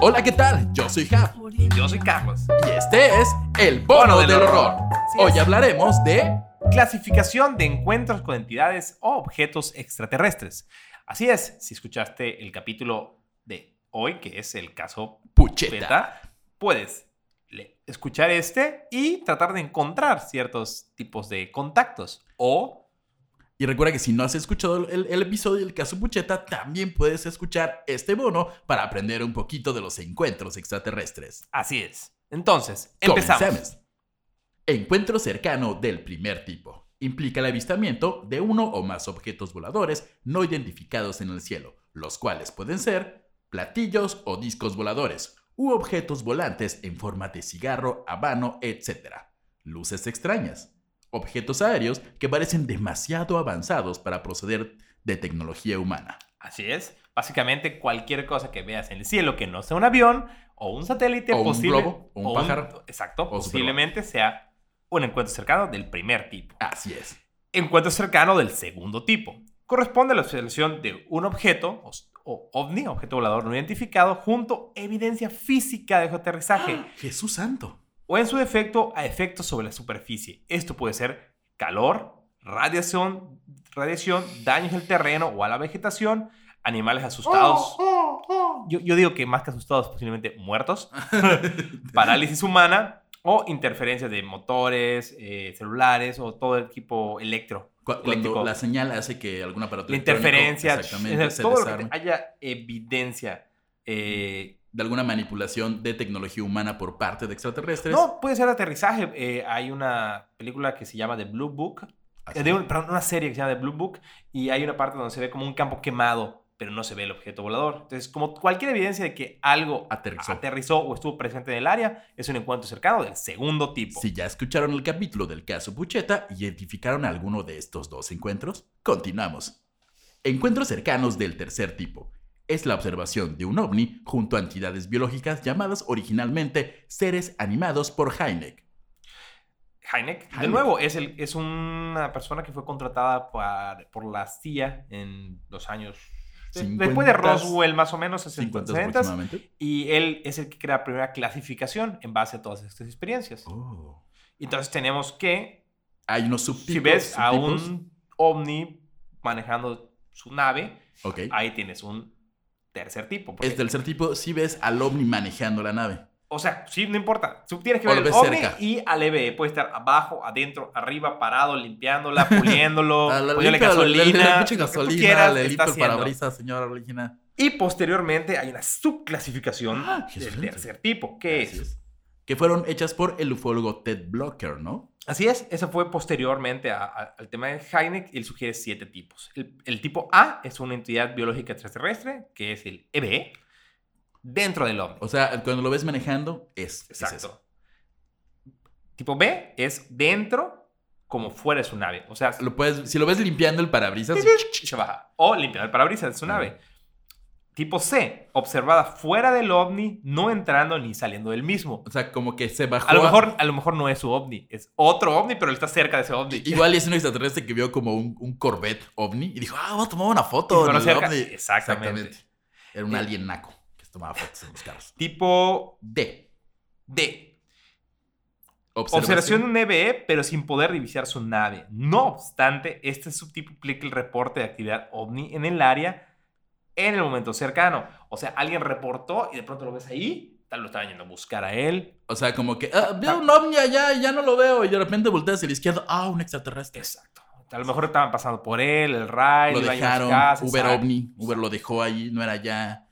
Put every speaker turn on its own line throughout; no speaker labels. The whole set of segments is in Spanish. Hola, ¿qué tal? Yo soy Jav
Yo soy Carlos.
y este es El Bono del, Horror.
Así
Hoy
es.
hablaremos de
Clasificación de encuentros con entidades o objetos extraterrestres. Así es, si escuchaste el capítulo de hoy, que es el caso
Pucheta.
Beta, puedes le- escuchar este y tratar de encontrar ciertos tipos de contactos. O
Y recuerda que si no has escuchado el, el episodio del caso Pucheta, también puedes escuchar este bono para aprender un poquito de los encuentros extraterrestres.
así es. Entonces, empezamos.
Comencemos. Encuentro cercano del primer tipo. Implica el avistamiento de uno o más objetos voladores no identificados en el cielo, los cuales pueden ser platillos o discos voladores, u objetos volantes en forma de cigarro, habano, etc. Luces extrañas. Objetos aéreos que parecen demasiado avanzados para proceder de tecnología humana.
Así es. Básicamente cualquier cosa que veas en el cielo que no sea un avión o un satélite
O un
posible
globo, o un pájaro,
exacto,
o
posiblemente sea un encuentro cercano del primer tipo.
Así es.
Encuentro cercano del segundo tipo. Corresponde a la observación de un objeto o o ovni, objeto volador no identificado, junto a evidencia física de su aterrizaje
Jesús Santo.
o en su defecto a efectos sobre la superficie. Esto puede ser calor, radiación, radiación daños al terreno o a la vegetación, animales
Oh,
asustados. Yo, yo digo que más que asustados, posiblemente muertos,
Ah,
oh. parálisis humana o interferencias de motores, eh, celulares o todo el equipo electro.
Cu- Cuando
Eléctrico.
la señal hace que algún aparato
La
electrónico,
interferencia,
exactamente,
es
se
decir, todo lo que
desarme.
haya evidencia. eh,
de alguna manipulación de tecnología humana por parte de extraterrestres.
no, puede ser aterrizaje. eh, hay una película que se llama The Blue Book,
Así.
de un- perdón, una serie que se llama The Blue Book y hay una parte donde se ve como un campo quemado, pero no se ve el objeto volador. Entonces, como cualquier evidencia de que algo
Aterrizó.
o estuvo presente en el área, es un encuentro cercano del segundo tipo.
Si ya escucharon el capítulo del caso Pucheta y identificaron alguno de estos dos encuentros, continuamos. Encuentros cercanos del tercer tipo. Es la observación de un ovni junto a entidades biológicas llamadas originalmente seres animados por Heineck.
Heineck, de
Heineck.
nuevo, es, el, es una persona que fue contratada par- por la CIA en los años... de- después de
50s,
Roswell, más o menos, 60,
50
70,
aproximadamente.
y él es el que crea la primera clasificación en base a todas estas experiencias.
Oh.
Entonces tenemos que
Hay unos subtipos.
si ves a
subtipos.
un ovni manejando su nave,
Ok.
ahí tienes un tercer tipo. porque-
Es tercer tipo si ves al ovni manejando la nave.
O sea, sí, no importa. Tú tienes que
O
ver
lo
el
ves
ovni
cerca.
y al EBE. Puede estar abajo, adentro, arriba, parado, limpiándola, puliéndolo,
Ah, le
poniéndole
limpio- le- le- le echo
gasolina. lo que tú
gasolina,
quieras,
le
está
limpio el
haciendo.
parabrisas, señora Regina.
Y posteriormente hay una subclasificación
Ah, Jesús.
del tercer tipo, que
Así
es
es. Que fueron hechas por el ufólogo Ted Blocker, ¿no?
Así es, eso fue posteriormente a- a- al tema de Heineck. Él sugiere siete tipos. El, el tipo A es una entidad biológica extraterrestre, que es el EBE, dentro del hombre.
O sea, cuando lo ves manejando, es, es
Exacto.
eso.
tipo B es dentro, como fuera de su nave. O sea,
Lo puedes, si lo ves limpiando el parabrisas,
se baja. O limpiar el parabrisas de su
Ajá.
nave. Tipo C, observada fuera del ovni, no entrando ni saliendo del mismo.
o sea, como que se bajó.
A lo, mejor, a lo mejor no es su ovni, es otro ovni, pero él está cerca de ese ovni.
Igual es un extraterrestre que vio como un, un Corvette ovni y dijo, ah, voy a tomar una
Y se
foto. en
conoce
el
cerca.
ovni".
Exactamente.
Era un
Eh.
alien naco que tomaba fotos en los carros.
Tipo
D.
D. Observación de un EBE, pero sin poder revisar su nave. No obstante, este subtipo implica el reporte de actividad ovni en el área en el momento cercano. O sea, alguien reportó y de pronto lo ves ahí, tal lo estaban yendo a buscar a él.
O sea, como que, ah, veo un ovni allá y ya no lo veo. Y de repente volteas hacia la izquierda, ah, un extraterrestre.
Exacto. A lo mejor estaban pasando por él, el rail,
lo
iban a ir a
dejaron,
buscar, se
Uber
sabe.
ovni, Uber lo dejó ahí, no era ya.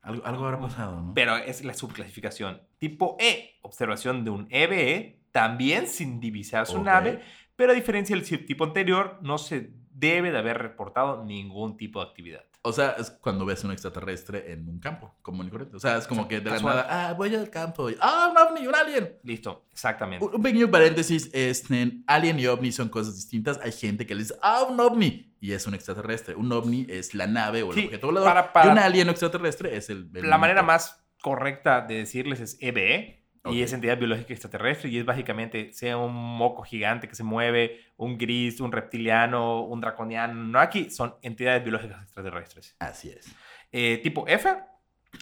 Algo, algo habrá pasado, ¿no?
Pero es la subclasificación. Tipo E, observación de un EBE, también sin divisar su
Ok.
nave, pero a diferencia del subtipo anterior, no se debe de haber reportado ningún tipo de actividad.
O sea, es cuando ves un extraterrestre en un campo, como en corriente. O sea, es como que de la
Casual.
nada, ah, voy al campo. y, ah, un ovni, un alien.
Listo, exactamente.
Un, un pequeño paréntesis, este, alien y ovni son cosas distintas. Hay gente que le dice, ah, un ovni. Y es un extraterrestre. Un ovni es la nave o el
Sí,
objeto volador.
para- para-
Y un alien o extraterrestre es el... el
la manera
objeto.
más correcta de decirles es EBE.
Ok.
Y es entidad biológica extraterrestre y es básicamente sea un moco gigante que se mueve, un gris, un reptiliano, un draconiano. No aquí, son entidades biológicas extraterrestres.
Así es.
Eh, tipo F,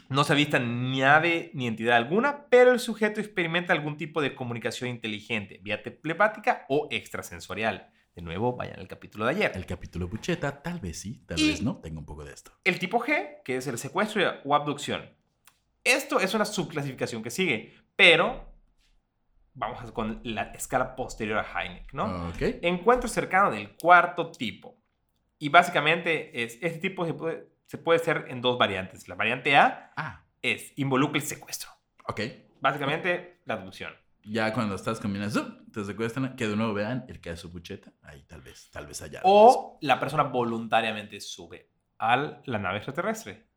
No se avista ni ave ni entidad alguna, pero el sujeto experimenta algún tipo de comunicación inteligente, vía telepática o extrasensorial. De nuevo, vayan al capítulo de ayer.
El capítulo Bucheta, tal vez sí, tal
Y-
vez no. Tengo un poco de esto.
El tipo G, que es el secuestro y- o abducción. Esto es una subclasificación que sigue, pero vamos a- con la escala posterior a Heineck,
Ah.
¿no?
Ok.
Encuentro cercano del cuarto tipo. Y básicamente es, este tipo se puede, se puede hacer en dos variantes. La variante A
Ah,
es involucra el secuestro.
ok.
Básicamente la abducción.
Ya cuando estás combinando, ¡zup! te secuestran, que de nuevo vean el caso Bucheta. Ahí tal vez, tal vez allá.
O la persona voluntariamente sube a la nave extraterrestre.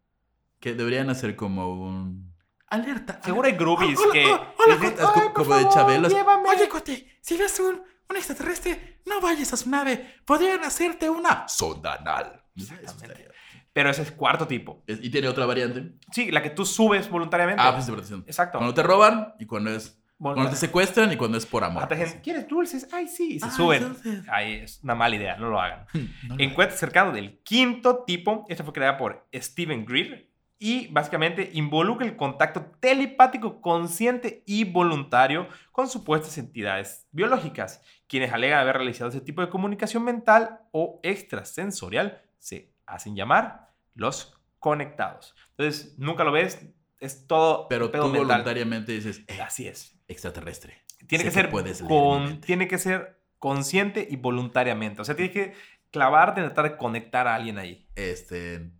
Que deberían hacer como un... Alerta.
Seguro hay groupies
Hola,
que...
hola, hola,
dicen,
cuate.
"Ay, por
Como de
favor,
Chabelos.
llévame".
Oye, cuate, si ves un, un extraterrestre, no vayas a su nave. Podrían hacerte una sonda anal.
Exactamente.
Eso estaría-
Pero ese es cuarto tipo.
Es- Y tiene otra variante.
Sí, la que tú subes voluntariamente.
Ah, pues de protección.
Exacto.
Cuando te roban y cuando es. Cuando te
Voluntar-
secuestran y cuando es por amor.
Hasta gente, Ah, ¿Quieres dulces? Ay, sí. Y se
Ah,
suben.
entonces-
Ahí es una mala idea, no lo hagan.
No lo hagas.
Encuentro cercano del quinto tipo. Esta fue creada por Steven Greer. Y básicamente involucra el contacto telepático consciente y voluntario con supuestas entidades biológicas, quienes alegan haber realizado ese tipo de comunicación mental o extrasensorial, se hacen llamar los conectados. Entonces, nunca lo ves, es todo
Pero tú
pedo mental.
voluntariamente dices, eh,
Así es.
extraterrestre.
Tiene
Sé
que
que
ser
puedes leer
con-
mi mente.
tiene que ser consciente y voluntariamente. O sea, tienes que clavarte en tratar de conectar a alguien ahí.
Este.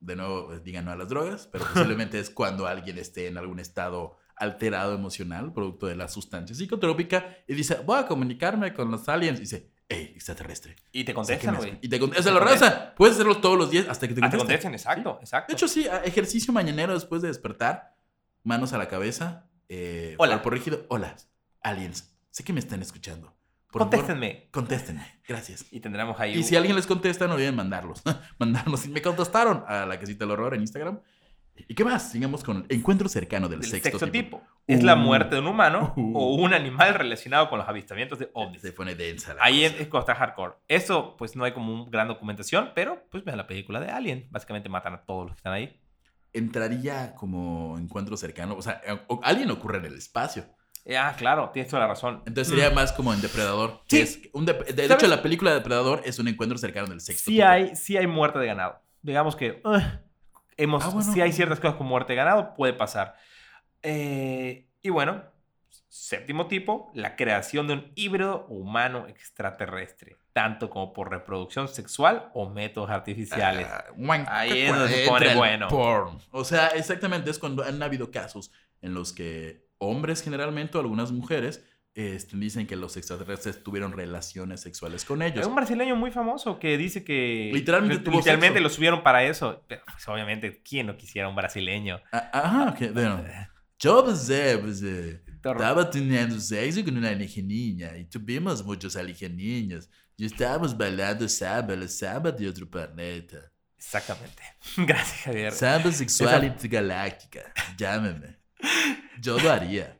De nuevo, pues, digan no a las drogas, pero posiblemente es cuando alguien esté en algún estado alterado emocional, producto de la sustancia psicotrópica, y dice, voy a comunicarme con los aliens. Y dice, hey, extraterrestre.
Y
sé
te
que
contestan,
me
güey.
escu- Y te contesta
Te
la
contestan.
raza. Puedes hacerlo todos los días hasta que te
Ah, te
contesten.
contestan, exacto, exacto.
De hecho, sí, a- ejercicio mañanero después de despertar, manos a la cabeza, eh,
Hola.
cuerpo rígido. Hola, aliens, sé que me están escuchando. Por favor,
Contéstenme.
contéstenme, gracias.
Y tendremos ahí.
Y si alguien les contesta, no olviden mandarlos. mandarnos. Me contestaron a la casita del horror en Instagram. ¿Y qué más? Sigamos con el encuentro cercano del,
del
sexto, tipo.
Es la
Uh.
muerte de un humano
Uh.
o un animal relacionado con los avistamientos de ovnis.
Se pone densa la
Ahí es,
cosa.
es cuando está hardcore. Eso, pues no hay como un gran documentación, pero pues vean la película de Alien. Básicamente matan a todos los que están ahí.
Entraría como encuentro cercano. O sea, eh, o- alguien ocurre en el espacio.
Eh, ah, claro, tienes toda la razón.
Entonces
Mm.
sería más como en Depredador. que
Sí.
es un dep- de, de
¿Sabes?
hecho, la película de Depredador es un encuentro cercano del sexto.
sí
tipo.
hay, sí hay muerte de ganado. Digamos que eh, hemos,
Ah, bueno.
sí hay ciertas cosas con muerte de ganado, puede pasar. Eh, y bueno, séptimo tipo, la creación de un híbrido humano extraterrestre, tanto como por reproducción sexual o métodos artificiales.
Ah, guan,
Ahí
cua-
es donde se
entra
pone
el
bueno.
porn. O sea, exactamente es cuando han habido casos en los que hombres generalmente o algunas mujeres este, dicen que los extraterrestres tuvieron relaciones sexuales con
Hay
ellos.
un brasileño muy famoso que dice que
Literalmente
li-
tuvo
literalmente
sexo.
lo subieron para eso. Pero, pues, obviamente, ¿quién no quisiera un brasileño?
Ah, Ajá, que, bueno, yo pues, eh, pues, eh, estaba teniendo sexo con una alienígena y tuvimos muchos alienígenas y estábamos bailando samba, la samba de otro planeta.
Exactamente. Gracias, Javier.
Samba sexual
Esa-
intergaláctica, llámeme. Yo lo haría.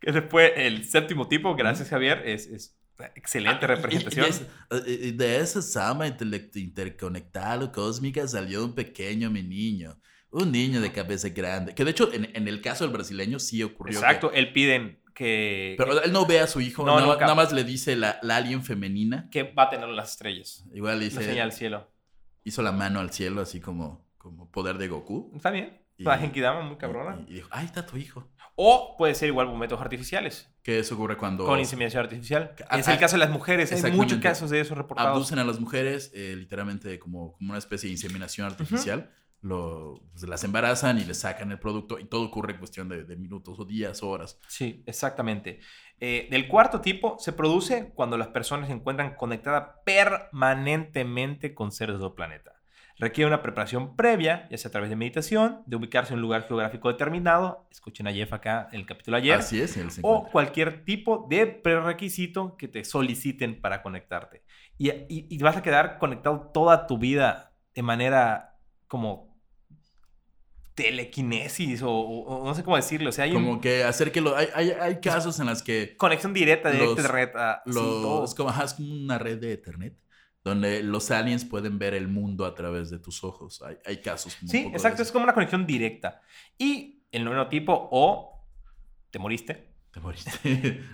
Que Después, el séptimo tipo, gracias Javier, es, es una excelente
Ah,
representación.
Y- y de, y de esa sama intele- interconectada o cósmica salió un pequeño mi niño. Un niño de cabeza grande. Que de hecho, en, en el caso del brasileño sí ocurrió. que-
Exacto, él piden que,
pero él no ve a su hijo,
No,
nada,
nunca.
nada más le dice la, la alien femenina.
que va a tener las estrellas.
Igual le
La señal
dice,
al cielo.
hizo la mano al cielo, así como, como poder de Goku.
Está bien.
Y-
La Genkidama, muy cabrona.
Y, y dijo, ahí está tu hijo.
O puede ser igual por métodos artificiales,
Que eso ocurre cuando
con inseminación artificial.
Ah,
es el
ah,
caso de las mujeres. Hay
exactamente.
muchos casos de esos reportados.
abducen a las mujeres, eh, literalmente como, como una especie de inseminación artificial. Lo- pues, las embarazan y les sacan el producto y todo ocurre en cuestión de, de minutos o días o horas.
Sí, exactamente. Eh, del cuarto tipo se produce cuando las personas se encuentran conectadas permanentemente con seres de otro planeta. Requiere una preparación previa, ya sea a través de meditación, de ubicarse en un lugar geográfico determinado. Escuchen a Jeff acá en el capítulo ayer.
Así es, el
o cualquier tipo de prerequisito que te soliciten para conectarte. Y, y- y vas a quedar conectado toda tu vida de manera como telequinesis o, o- o no sé cómo decirlo. O sea, hay un- Pues,
Como que hacer que lo... Hay, hay, hay casos en las que
conexión directa, directa,
Los-
directa. sí,
los...
todo.
es como, ajá, es como una red de Ethernet. donde los aliens pueden ver el mundo a través de tus ojos. Hay, hay casos. como un
Sí,
poco de
exacto, es
eso.
como una conexión directa. Y el noveno tipo, o te moriste,
Te moriste.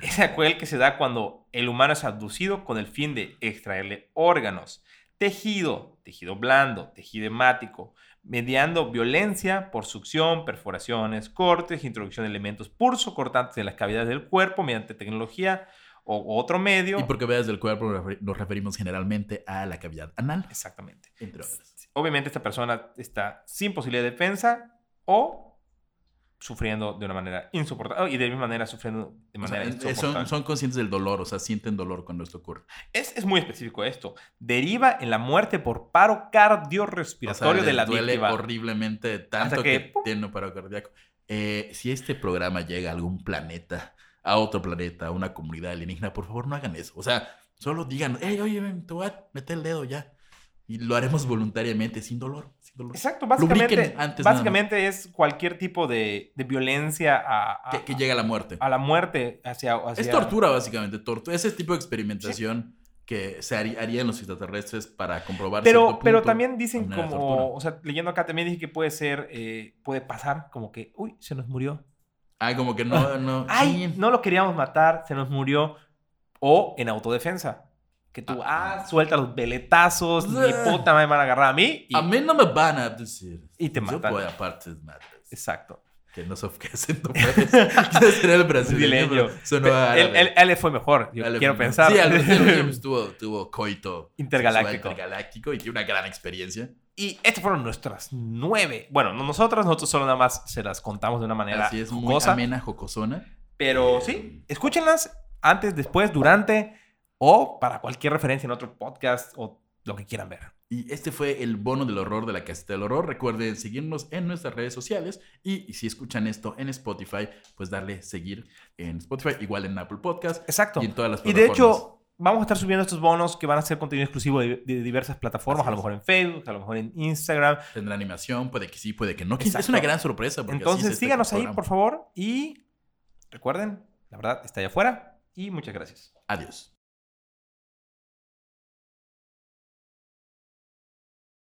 es aquel que se da cuando el humano es abducido con el fin de extraerle órganos, tejido, tejido blando, tejido hemático, mediando violencia por succión, perforaciones, cortes, introducción de elementos pulso cortantes en las cavidades del cuerpo mediante tecnología o o otro medio.
y porque veas del cuerpo nos refer- nos referimos generalmente a la cavidad anal,
Exactamente.
entre otras.
Obviamente esta persona está sin posibilidad de defensa o sufriendo de una manera insoportable y de misma manera sufriendo de
O sea,
manera
en- eh,
insoportable.
son, son conscientes del dolor, o sea, sienten dolor cuando esto ocurre.
Es, es muy específico esto. Deriva en la muerte por paro cardiorrespiratorio
o sea,
de
les
la
duele
víctima.
horriblemente tanto
Hasta
que,
que, ¡pum!
tiene un paro cardíaco. Eh, si este programa llega a algún planeta, a otro planeta, a una comunidad alienígena, por favor no hagan eso. O sea, solo digan, hey, oye, ven, te voy a meter el dedo ya. Y lo haremos voluntariamente, sin dolor, sin dolor.
Exacto, básicamente,
Lubriquen antes
básicamente es cualquier tipo de, de violencia a, a-
Que, que llegue a la muerte.
a la muerte hacia... hacia-
Es tortura, básicamente. Tortura. Ese tipo de experimentación que se haría- harían los extraterrestres para comprobar
Pero,
cierto
pero
punto.
también dicen
una
como,
tortura.
o sea, leyendo acá también dije que puede ser, eh, puede pasar como que, uy, se nos murió,
Ah, como que no, no.
ay,
sí.
no lo queríamos matar, se nos murió. O en autodefensa. Que tú,
Ah.
ah, suelta los veletazos, ni
Ugh.
puta me van a agarrar a mí. Y,
A mí no me van a decir.
y te
Yo puedo,
matan.
aparte, matas.
Exacto.
Que no sé qué acento puedes. Yo sería el brasileño,
Brasileño.
pero sonó árabe.
él, él- él le fue mejor, yo
Árabe.
quiero pensar.
Sí, al menos tuvo, tuvo coito.
Intergaláctico.
sexual Intergaláctico y tiene una gran experiencia.
y estas fueron nuestras nueve. Bueno, no nosotros, nosotros solo nada más se las contamos de una manera
Así es, muy
jocosa.
amena, jocosona.
Pero sí, escúchenlas antes, después, durante o para cualquier referencia en otro podcast o lo que quieran ver.
Y este fue el bono del horror de la casita del horror. Recuerden seguirnos en nuestras redes sociales y, y si escuchan esto en Spotify, pues darle seguir en Spotify, igual en Apple Podcast
Exacto.
y en todas las
Y de
plataformas.
hecho, vamos a estar subiendo estos bonos que van a ser contenido exclusivo de, de diversas plataformas,
Así
a lo
es.
mejor en Facebook, a lo mejor en Instagram.
tendrá animación, puede que sí, puede que no. que Es
Exacto.
una gran sorpresa. porque así es
Entonces,
este
síganos ahí,
programa.
por favor. Y recuerden, la verdad está allá afuera. Y muchas gracias.
Adiós.